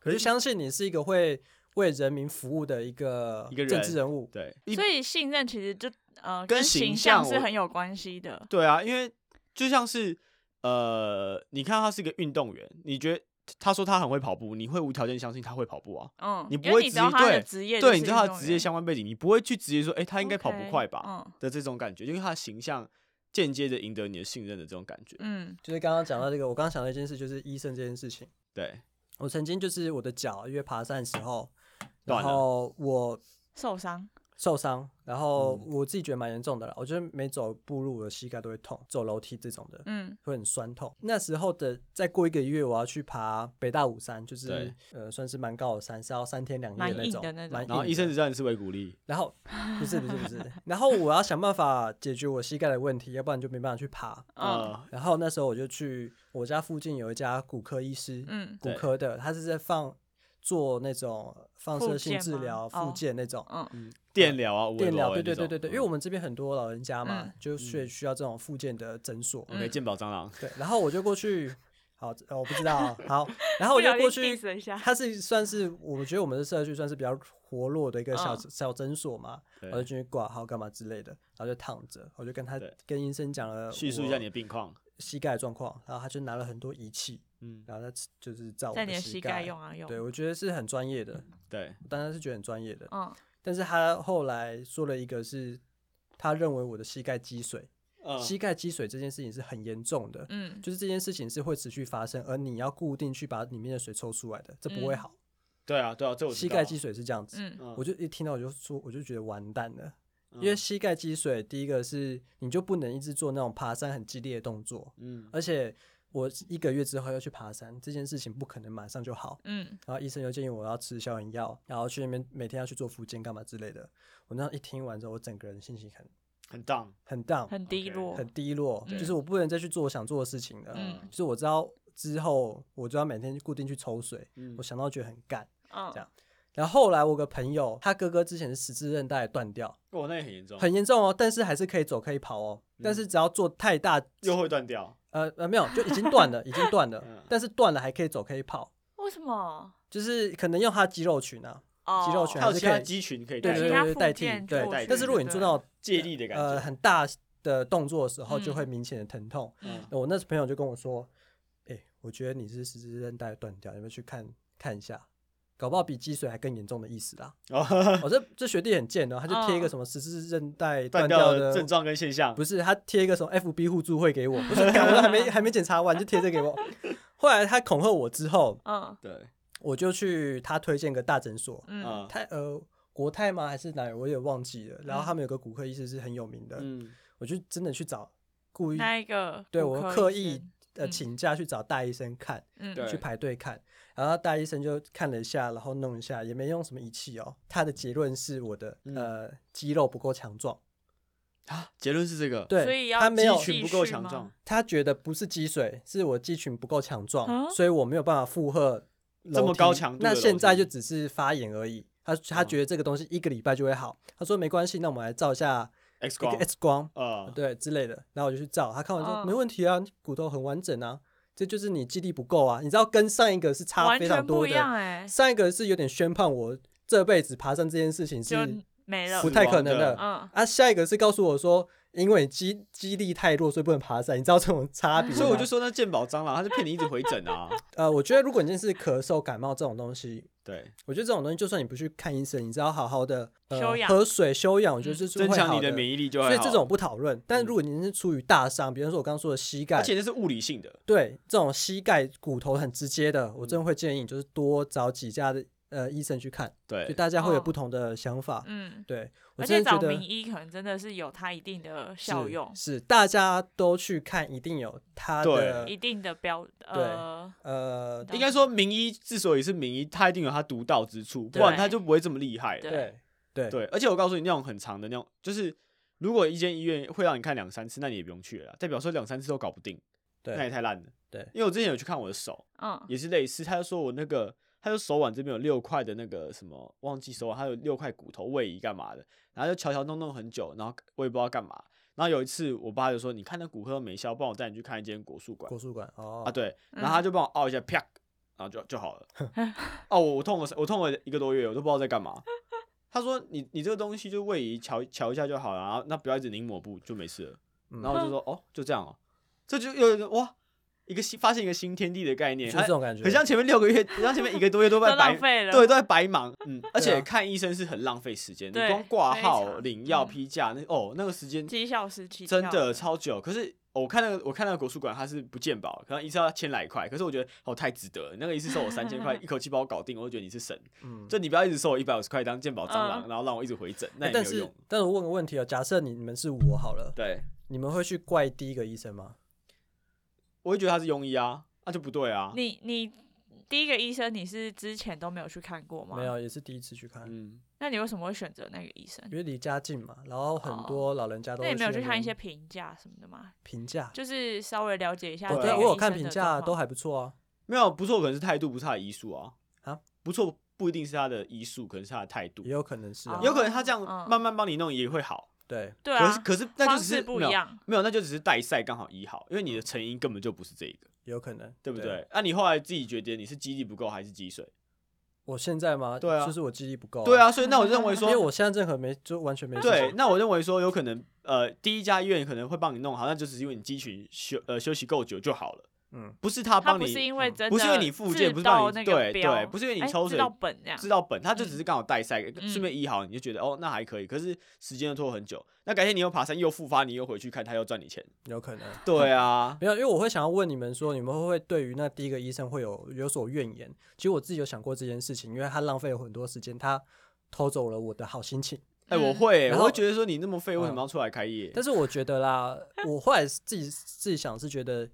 Speaker 1: 可是相信你是一个会为人民服务的一个
Speaker 3: 一个
Speaker 1: 政
Speaker 3: 人
Speaker 1: 治人物，
Speaker 3: 对，一
Speaker 2: 所以信任其实就呃
Speaker 3: 跟
Speaker 2: 形
Speaker 3: 形象
Speaker 2: 是
Speaker 3: 我
Speaker 2: 很有关系的。
Speaker 3: 对啊，因为就像是呃，你看他是一个运动员，你觉得他说他很会跑步，你会无条件相信他会跑步啊？
Speaker 2: 嗯，
Speaker 3: 你不
Speaker 2: 因为
Speaker 3: 会
Speaker 2: 你
Speaker 3: 直
Speaker 2: 知道
Speaker 3: 接
Speaker 2: 他的
Speaker 3: 对
Speaker 2: 职业，
Speaker 3: 对，你知道他的职业相关背景，你不会去直接说，哎、他应该跑不快吧？
Speaker 2: 嗯
Speaker 3: 的这种感觉，就是他的形象间接的赢得你的信任的这种感觉。
Speaker 2: 嗯
Speaker 1: 就是刚刚讲到这个，我刚刚想到一件事，就是医生这件事情。
Speaker 3: 对，
Speaker 1: 我曾经就是我的脚，因为爬山的时候，然
Speaker 3: 断了
Speaker 1: 后我
Speaker 2: 受伤，
Speaker 1: 受伤，然后
Speaker 3: 嗯
Speaker 1: 我自己觉得蛮严重的啦，我觉得每走步路我的膝盖都会痛，走楼梯这种的
Speaker 2: 嗯
Speaker 1: 会很酸痛。那时候的再过一个月，我要去爬北大武山，就是
Speaker 3: 对
Speaker 1: 呃算是蛮高的山，是要三天两夜
Speaker 2: 蛮
Speaker 1: 那
Speaker 2: 硬
Speaker 1: 种
Speaker 2: 的那，种
Speaker 1: 蛮
Speaker 3: 然后
Speaker 1: 硬
Speaker 3: 医生
Speaker 1: 的
Speaker 3: 只知道你是维骨力，
Speaker 1: 然后不是不是不
Speaker 2: [laughs]
Speaker 1: 是，然后我要想办法解决我膝盖的问题，要不然就没办法去爬。
Speaker 2: 嗯
Speaker 3: 呃，
Speaker 1: 然后那时候我就去我家附近有一家骨科医师，
Speaker 2: 嗯
Speaker 1: 骨
Speaker 3: 对
Speaker 1: 科的，他是在放做那种放
Speaker 2: 复
Speaker 1: 射性
Speaker 2: 健
Speaker 1: 治
Speaker 2: 吗
Speaker 1: 疗、
Speaker 2: 哦
Speaker 1: 附件那种。
Speaker 2: 嗯
Speaker 3: 电疗啊，
Speaker 1: 电疗，
Speaker 3: 微
Speaker 1: 对对
Speaker 3: 波炉
Speaker 1: 对
Speaker 3: 那种
Speaker 1: 对对，因为我们这边很多老人家嘛
Speaker 2: 嗯，
Speaker 1: 就是需要这种附件的诊所。
Speaker 3: OK 健保蟑螂，
Speaker 1: 对，然后我就过去，好，呃我不知道啊，
Speaker 2: [laughs]
Speaker 1: 好，然后
Speaker 2: 不
Speaker 1: 我就
Speaker 2: 小
Speaker 1: 过
Speaker 2: 心 diss
Speaker 1: 去，
Speaker 2: 了一下，
Speaker 1: 它是算是我觉得我们的社区算是比较活络的一个小
Speaker 2: 嗯
Speaker 1: 小诊所嘛，
Speaker 3: 对
Speaker 1: 我就进去挂号干嘛之类的，然后就躺着，我就跟他
Speaker 3: 对
Speaker 1: 跟医生讲了
Speaker 3: 叙述一下你的病况，
Speaker 1: 膝盖的状况，然后他就拿了很多仪器，
Speaker 3: 嗯，
Speaker 1: 然后他就是照我
Speaker 2: 在你
Speaker 1: 的
Speaker 2: 的
Speaker 1: 膝
Speaker 2: 膝盖用啊用，
Speaker 1: 对，我觉得是很专业
Speaker 3: 嗯
Speaker 1: 的，
Speaker 3: 对，
Speaker 1: 当然是觉得很专业的。
Speaker 2: 嗯
Speaker 1: 但是他后来说了一个是，他认为我的膝盖积水，
Speaker 3: 呃
Speaker 1: 膝盖积水这件事情是很严重的，
Speaker 2: 嗯
Speaker 1: 就是这件事情是会持续发生，而你要固定去把里面的水抽出来的，这不会
Speaker 2: 嗯
Speaker 1: 好。
Speaker 3: 对啊对啊，这我知
Speaker 1: 膝
Speaker 3: 道
Speaker 1: 盖
Speaker 3: 啊
Speaker 1: 积，水是这样子，
Speaker 2: 嗯
Speaker 3: 嗯
Speaker 1: 我就一听到我就说，我就觉得完蛋了。因为
Speaker 3: 嗯
Speaker 1: 膝盖积水，第一个是你就不能一直做那种爬山很激烈的动作，
Speaker 3: 嗯
Speaker 1: 而且我一个月之后要去爬山，这件事情不可能马上就好。
Speaker 2: 嗯
Speaker 1: 然后医生又建议我要吃消炎药，然后去那边每天要去做复健干嘛之类的。我那样一听完之后，我整个人心情很
Speaker 3: 很 down，
Speaker 1: 很 down，
Speaker 2: 很低
Speaker 3: OK，
Speaker 2: 落，
Speaker 1: 很低落，
Speaker 2: 嗯
Speaker 1: 就是我不能再去做我想做的事情了。
Speaker 2: 嗯
Speaker 1: 就是我知道之后我就要每天固定去抽水，
Speaker 3: 嗯
Speaker 1: 我想到觉得很干。
Speaker 2: 嗯
Speaker 1: 这样然后后来我有个朋友，他哥哥之前是十字韧带断掉，
Speaker 3: 哇，哦那也很严重，
Speaker 1: 很严重哦，但是还是可以走可以跑哦，但是只要做太大，
Speaker 3: 又会断掉，
Speaker 1: 呃呃没有就已经断了，已经断
Speaker 3: 嗯
Speaker 1: 了，但是断了还可以走可以跑，
Speaker 2: 为什么？
Speaker 1: 就是可能用他肌肉群啊，
Speaker 2: 哦，
Speaker 1: 肌肉群
Speaker 3: 还有
Speaker 1: 还是
Speaker 3: 其他
Speaker 1: 可以
Speaker 3: 肌群可以
Speaker 1: 对
Speaker 3: 代
Speaker 1: 对
Speaker 2: 其
Speaker 3: 谢
Speaker 2: 他
Speaker 1: 对，
Speaker 2: 附
Speaker 1: 代替
Speaker 2: 件
Speaker 1: 对啊
Speaker 2: 做
Speaker 3: 去，
Speaker 1: 但是如果你做到
Speaker 3: 借力的感
Speaker 1: 呃
Speaker 3: 觉，
Speaker 1: 很大的动作的时候，就
Speaker 2: 嗯
Speaker 1: 会明显的疼痛。
Speaker 3: 嗯
Speaker 1: 那我那朋友就跟我说：“哎、我觉得你是十字韧带断掉，你们去看看一下，搞不好比积水还更严重的意思啦。
Speaker 3: 哦 [laughs]
Speaker 1: 我、这这学弟很贱的，他就贴一个
Speaker 2: 哦
Speaker 1: 什么十字韧带
Speaker 3: 断
Speaker 1: 断
Speaker 3: 掉
Speaker 1: 的
Speaker 3: 的症，状跟现象，
Speaker 1: 不是他贴一个什么 FB 互助会给我，我说干我都还没还没检查完就贴这给我。 [laughs] 后来他恐吓我之后，
Speaker 2: 嗯
Speaker 3: 对，
Speaker 1: 我就去他推荐个大诊所，
Speaker 2: 嗯
Speaker 3: 嗯
Speaker 1: 泰呃国泰吗还是哪儿我也忘记了。
Speaker 2: 嗯
Speaker 1: 然后他们有个骨科医师是很有名的，
Speaker 3: 嗯
Speaker 1: 我就真的去找，故意
Speaker 2: 那一个
Speaker 1: 对
Speaker 2: 骨
Speaker 1: 我
Speaker 2: 科
Speaker 1: 刻
Speaker 2: 医
Speaker 1: 意
Speaker 2: 生
Speaker 1: 呃
Speaker 2: 嗯
Speaker 1: 请假去找大医生看，
Speaker 2: 嗯
Speaker 3: 对
Speaker 1: 去排队看，然后大医生就看了一下，然后弄一下，也没用什么仪器哦。他的结论是我的、
Speaker 3: 嗯
Speaker 1: 呃肌肉不够强壮，
Speaker 3: 啊，结论是这个，
Speaker 2: 所
Speaker 1: 对
Speaker 2: 以要
Speaker 1: 他没有
Speaker 3: 肌群不
Speaker 2: 继
Speaker 3: 够
Speaker 2: 续
Speaker 3: 强
Speaker 2: 吗
Speaker 3: 壮，
Speaker 1: 他觉得不是积水，是我肌群不够强壮，
Speaker 2: 啊
Speaker 1: 所以我没有办法负荷
Speaker 3: 这么
Speaker 1: 楼梯
Speaker 3: 高强度的
Speaker 1: 那
Speaker 3: 楼
Speaker 1: 现在
Speaker 3: 梯
Speaker 1: 就只是发炎而已。他他
Speaker 3: 嗯
Speaker 1: 觉得这个东西一个礼拜就会好，他说没关系，那我们来照一下
Speaker 3: X
Speaker 1: 一个
Speaker 3: 光，
Speaker 1: X 哦光，
Speaker 3: 呃，
Speaker 1: 对之类的。然后我就去照，他看完之后
Speaker 2: 嗯
Speaker 1: 没问题啊，你骨头很完整啊，这就是你肌力不够啊。你知道跟上一个是差
Speaker 2: 完
Speaker 1: 非常
Speaker 2: 全
Speaker 1: 多
Speaker 2: 不一样
Speaker 1: 的，
Speaker 2: 哎，
Speaker 1: 上一个是有点宣判我这辈子爬山这件事情
Speaker 2: 就是没了
Speaker 1: 不，太可能
Speaker 3: 死
Speaker 1: 的
Speaker 3: 亡
Speaker 2: 嗯
Speaker 1: 啊，下一个是告诉我说。因为肌肌力太弱，所以不能爬山。你知道这种差
Speaker 2: 嗯
Speaker 1: 别吗？
Speaker 3: 所以我就说那鉴宝蟑螂，他是骗你一直回诊啊，
Speaker 1: 呃，我觉得如果你真的是咳嗽、感冒这种东西， [laughs]
Speaker 3: 对，
Speaker 1: 我觉得这种东西就算你不去看医生，你只要好好的、呃、
Speaker 2: 休养
Speaker 1: 喝水、休养，我觉得这是
Speaker 3: 嗯增
Speaker 1: 会
Speaker 3: 强
Speaker 1: 好
Speaker 3: 你的免疫力就会
Speaker 1: 所以
Speaker 3: 好
Speaker 1: 这种，不讨论。但
Speaker 3: 嗯
Speaker 1: 如果你是出于大伤，比方说我刚刚说的膝盖
Speaker 3: 而，且那是物理性的，
Speaker 1: 对这种膝盖骨头很直接的，我真
Speaker 3: 嗯
Speaker 1: 的会建议你就是多找几家的呃医生去看，就
Speaker 3: 对，
Speaker 1: 大家会有
Speaker 2: 哦
Speaker 1: 不同的想法。
Speaker 2: 嗯，
Speaker 1: 对我
Speaker 2: 而
Speaker 1: 真的
Speaker 2: 且
Speaker 1: 觉
Speaker 2: 找
Speaker 1: 得
Speaker 2: 名医可能真的是有它一定的
Speaker 1: 是
Speaker 2: 效用，
Speaker 1: 是大家都去看，一定有它的
Speaker 2: 一定的标呃，
Speaker 1: 呃
Speaker 2: 对
Speaker 3: 应该说名医之所以是名医，他一定有他独到之处，不
Speaker 2: 对
Speaker 3: 然他就不会这么厉害了。
Speaker 2: 对
Speaker 1: 对对
Speaker 3: 对，而且我告诉你，那种很长的那种，就是如果一间医院会让你看两三次，那你也不用去了啦，代表说两三次都搞不定，那也
Speaker 1: 对
Speaker 3: 太烂了。
Speaker 1: 对
Speaker 3: 因为我之前有去看我的手，
Speaker 2: 嗯
Speaker 3: 也是类似，他就说我那个，他就手腕这边有六块的那个什么，忘记手腕，还有六块骨头位移干嘛的，然后就瞧瞧弄弄很久，然后我也不知道干嘛。然后有一次，我爸就说：“你看那骨科都没效，不然我带你去看一间国术馆
Speaker 1: 国术馆哦
Speaker 3: 啊。”对，然后
Speaker 2: 嗯
Speaker 3: 他就帮我凹一下，啪，然后就就好了。
Speaker 2: [laughs]
Speaker 3: 哦，我我痛了，我痛了一个多月，我都不知道在干嘛。他说你：“你这个东西就位移瞧瞧一下就好了，然后那不要一直拧抹布就没事了。”
Speaker 1: 嗯
Speaker 3: 然后
Speaker 2: [laughs]
Speaker 3: 我就说：“哦，就这样哦。”这就又有一个哇，一个新发现一个新天地的概念，
Speaker 1: 就是这种感觉，
Speaker 3: 很像前面六个月，很像前面一个多月都在
Speaker 2: 都
Speaker 3: 白
Speaker 2: 浪费了
Speaker 3: 对，都在白忙。
Speaker 1: [laughs]
Speaker 3: 嗯，
Speaker 1: 对啊
Speaker 3: 而且看医生是很浪费时间，你
Speaker 2: 对
Speaker 3: 光挂
Speaker 2: 非
Speaker 3: 号、
Speaker 2: 常
Speaker 3: 领药、
Speaker 2: 嗯
Speaker 3: 批假，那哦那个时间
Speaker 2: 绩效时期
Speaker 3: 真的超久。可是哦我看那个我看那个国术馆，它是不鉴宝，可能一次要千来块，可是我觉得哦太值得了，那个一次收我三千
Speaker 2: [laughs]
Speaker 3: 块，一口气把我搞定，我就觉得你是神。
Speaker 1: 嗯，
Speaker 3: 就你不要一直收我一百五十块当鉴宝蟑螂，
Speaker 2: 嗯
Speaker 3: 然后让我一直回诊，那也没
Speaker 1: 哎但
Speaker 3: 有
Speaker 1: 是
Speaker 3: 用。
Speaker 1: 但是我问个问题哦，假设你你们是我好了，
Speaker 3: 对，
Speaker 1: 你们会去怪第一个医生吗？
Speaker 3: 我会觉得他是庸医啊，那、就不对啊。
Speaker 2: 你你第一个医生你是之前都没有去看过吗？
Speaker 1: 没。有，也是第一次去看，
Speaker 3: 嗯，
Speaker 2: 那你为什么会选择那个医生？
Speaker 1: 因为离家近嘛，然后
Speaker 3: 哦
Speaker 1: 很多老人家都
Speaker 2: 那
Speaker 1: 会
Speaker 2: 你没有
Speaker 1: 去
Speaker 2: 去
Speaker 1: 那
Speaker 2: 看一些
Speaker 1: 边
Speaker 2: 评价什么的吗？
Speaker 1: 评价。
Speaker 2: 就是稍微了解一下
Speaker 1: 哦，
Speaker 2: 这个医
Speaker 1: 对啊，
Speaker 2: 生的状况。
Speaker 1: 我有看评价，都还不错啊。
Speaker 3: 没有不错，可能是态度，不是他的医术啊。
Speaker 1: 啊，
Speaker 3: 不错不一定是他的医术，可能是他的态度
Speaker 1: 也。有可能是啊
Speaker 2: 哦，
Speaker 3: 有可能他这样
Speaker 2: 嗯
Speaker 3: 慢慢帮你弄也会好，
Speaker 1: 对，
Speaker 2: 对啊，
Speaker 3: 可是可是那就
Speaker 2: 方
Speaker 3: 只是
Speaker 2: 式不
Speaker 3: 没
Speaker 2: 一
Speaker 3: 有
Speaker 2: 样。
Speaker 3: 没有，那就只是代赛刚好医好，因为你的成因根本就不是这一个，
Speaker 1: 有可能，
Speaker 3: 对不对？那、你后来自己觉得你是肌力不够还是积水？
Speaker 1: 我现在吗？
Speaker 3: 对啊
Speaker 1: 就是我记忆不够。
Speaker 3: 对，啊，所以那我认为
Speaker 1: 因为
Speaker 3: 说，
Speaker 1: 我现在任何哦没就完全没
Speaker 3: 对，，那我认为说有可能，呃，第一家医院可能会帮你弄好，那就只是因为你肌群休呃休息够久就好了，
Speaker 1: 嗯，
Speaker 3: 不是
Speaker 2: 他
Speaker 3: 他帮
Speaker 2: 不是
Speaker 3: 你。
Speaker 2: 因为真的
Speaker 3: 不是因为你附件
Speaker 2: 治
Speaker 3: 不是帮你
Speaker 2: 到那个
Speaker 3: 对
Speaker 2: 标
Speaker 3: 对不是因为你
Speaker 2: 哎
Speaker 3: 抽
Speaker 2: 治
Speaker 3: 水
Speaker 2: 到本这样
Speaker 3: 知。道本，他就只是刚好带赛，
Speaker 2: 嗯
Speaker 3: 顺、便医好，你就觉得哦，那还可以。可是时间又拖很久，那改天你又爬山又复发，你又回去看，他又赚你钱。
Speaker 1: 有可能。
Speaker 3: 对啊，
Speaker 1: 没有，因为我会想要问你们说，你们会不会对于那第一个医生会有有所怨言？其实我自己有想过这件事情，因为他浪费了很多时间，他偷走了我的好心情。
Speaker 3: 哎、
Speaker 2: 嗯
Speaker 3: 我会欸、
Speaker 1: 然
Speaker 3: 我
Speaker 1: 后嗯
Speaker 3: 会觉得说你那么废，为什么要出来开业？
Speaker 1: 但是我觉得啦，我后来自己自己想是觉得，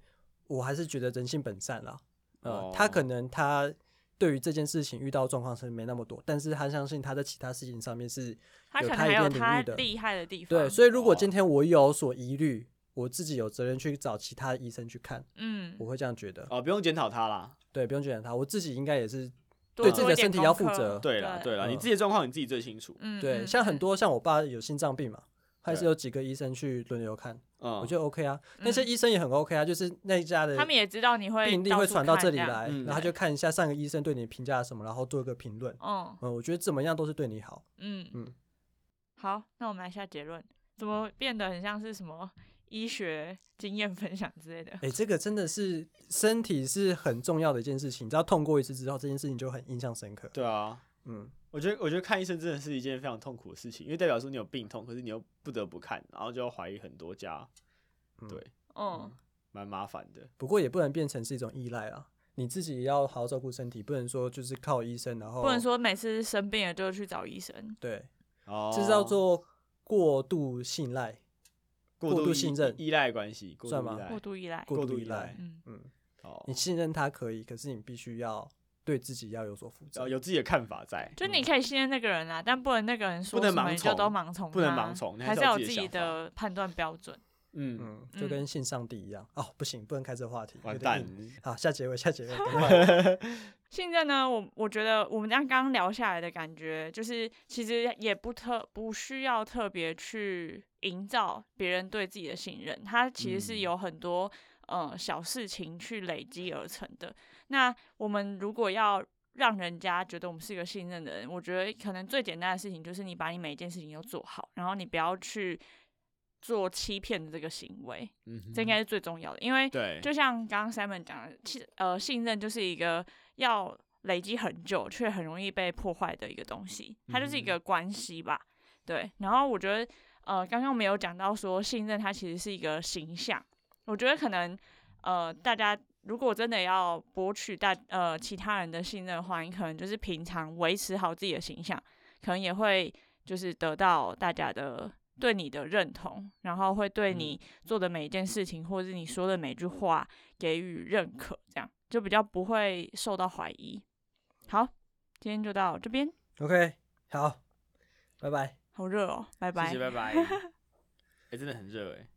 Speaker 1: 我还是觉得人性本善啦。呃，
Speaker 3: 哦
Speaker 1: 他可能他对于这件事情遇到状况是没那么多，但是他相信他在其他事情上面是
Speaker 2: 他可
Speaker 1: 有
Speaker 2: 能
Speaker 1: 他
Speaker 2: 还
Speaker 1: 一
Speaker 2: 有
Speaker 1: 定领
Speaker 2: 他
Speaker 1: 域的。
Speaker 2: 厉害的地方。
Speaker 1: 对，所以如果
Speaker 3: 哦
Speaker 1: 今天我有所疑虑，我自己有责任去找其他医生去看，
Speaker 2: 嗯，
Speaker 1: 我会这样觉得。
Speaker 3: 哦，不用检讨他啦。
Speaker 1: 对，不用觉得他，我自己应该也是
Speaker 2: 多
Speaker 1: 对自己
Speaker 2: 做
Speaker 1: 的
Speaker 2: 一点
Speaker 1: 身体
Speaker 2: 功
Speaker 1: 要负
Speaker 2: 课
Speaker 1: 责
Speaker 3: 对啦，对啦，你
Speaker 1: 嗯
Speaker 3: 自己的状况你自己最清楚。
Speaker 2: 嗯，
Speaker 1: 对，
Speaker 2: 嗯
Speaker 1: 像很
Speaker 2: 嗯
Speaker 1: 多像我爸有心脏病嘛，还是
Speaker 3: 对
Speaker 1: 有几个医生去轮流看，
Speaker 3: 嗯，
Speaker 1: 我觉得 OK 啊。那些医生也很 OK 啊，就是那一家的
Speaker 2: 嗯他们也知道你会
Speaker 1: 病例
Speaker 2: 到
Speaker 1: 会
Speaker 2: 处
Speaker 1: 传到
Speaker 2: 看
Speaker 1: 这里
Speaker 2: 样，
Speaker 1: 来，
Speaker 3: 嗯
Speaker 1: 然后就看一下上个医生对你评价什么，然后做个评论。
Speaker 2: 嗯
Speaker 1: 嗯，我觉得怎么样都是对你好。
Speaker 2: 嗯
Speaker 1: 嗯
Speaker 2: 嗯。好，那我们来下结论，怎么变得很像是什么医学经验分享之类的？
Speaker 1: 哎、这个真的是身体是很重要的一件事情，你知道痛过一次之后，这件事情就很印象深刻。
Speaker 3: 对啊，
Speaker 1: 嗯，
Speaker 3: 我觉得我觉得看医生真的是一件非常痛苦的事情，因为代表说你有病痛，可是你又不得不看，然后就要怀疑很多家，
Speaker 1: 嗯
Speaker 3: 对，
Speaker 2: 嗯，
Speaker 3: 蛮麻烦的。
Speaker 1: 不过也不能变成是一种依赖啊，你自己也要好好照顾身体，不能说就是靠医生，然后
Speaker 2: 不能说每次生病了就去找医生。
Speaker 1: 对，
Speaker 3: 哦，
Speaker 1: 这叫做过度信赖，
Speaker 3: 过
Speaker 1: 过度
Speaker 3: 依
Speaker 1: 信任
Speaker 3: 依赖关系，哎过
Speaker 1: 算
Speaker 3: 度依
Speaker 1: 吗
Speaker 3: 赖
Speaker 2: 过。度依赖，
Speaker 1: 过
Speaker 3: 度
Speaker 1: 度
Speaker 3: 依
Speaker 1: 依
Speaker 3: 赖
Speaker 1: 赖。
Speaker 2: 嗯，
Speaker 1: 嗯，
Speaker 3: 哦
Speaker 1: 你，信任他可以，可是你必须要对自己要有所负
Speaker 3: 要
Speaker 1: 责。
Speaker 3: 有自己的看法在。
Speaker 2: 就你可以信任那个人啊，但不能那个人说
Speaker 3: 不能
Speaker 2: 什么
Speaker 3: 盲
Speaker 2: 你就都
Speaker 3: 从
Speaker 2: 盲从他，啊
Speaker 3: 不能盲从你还
Speaker 2: 还
Speaker 3: 是
Speaker 2: 是
Speaker 3: 要
Speaker 2: 要
Speaker 3: 自
Speaker 2: 有
Speaker 3: 己
Speaker 2: 自
Speaker 3: 的
Speaker 2: 己
Speaker 3: 想
Speaker 2: 的判断标准。
Speaker 3: 嗯，
Speaker 1: 嗯，就跟信上帝一样。哦，不行，不能开这个话题，有
Speaker 3: 完
Speaker 1: 点
Speaker 3: 蛋
Speaker 1: 硬。。好，下结尾，下结尾，赶快
Speaker 3: [laughs]
Speaker 2: 现在呢，我我觉得我们这样刚刚聊下来的感觉，就是其实也不特不需要特别去营造别人对自己的信任，它其实
Speaker 3: 嗯
Speaker 2: 是有很多、呃小事情去累积而成的。那我们如果要让人家觉得我们是一个信任的人，我觉得可能最简单的事情就是你把你每一件事情都做好，然后你不要去做欺骗的这个行为，
Speaker 3: 嗯哼，
Speaker 2: 这应该是最重要的，因为
Speaker 3: 对，
Speaker 2: 就像刚刚 Simon 讲的，信呃信任就是一个要累积很久却很容易被破坏的一个东西，它就是一
Speaker 3: 嗯
Speaker 2: 个关系吧。对，然后我觉得呃刚刚我们有讲到说信任它其实是一个形象，我觉得可能呃大家。如果真的要博取大呃其他人的信任的话，你可能就是平常维持好自己的形象，可能也会就是得到大家的对你的认同，然后会对
Speaker 3: 嗯
Speaker 2: 你做的每一件事情，或者是你说的每句话给予认可，这样就比较不会受到怀疑。好，今天就到这边，
Speaker 1: OK，好，拜拜。
Speaker 2: 好热哦，拜拜。 [laughs]
Speaker 3: 谢谢，拜拜。哎、真的很热哎、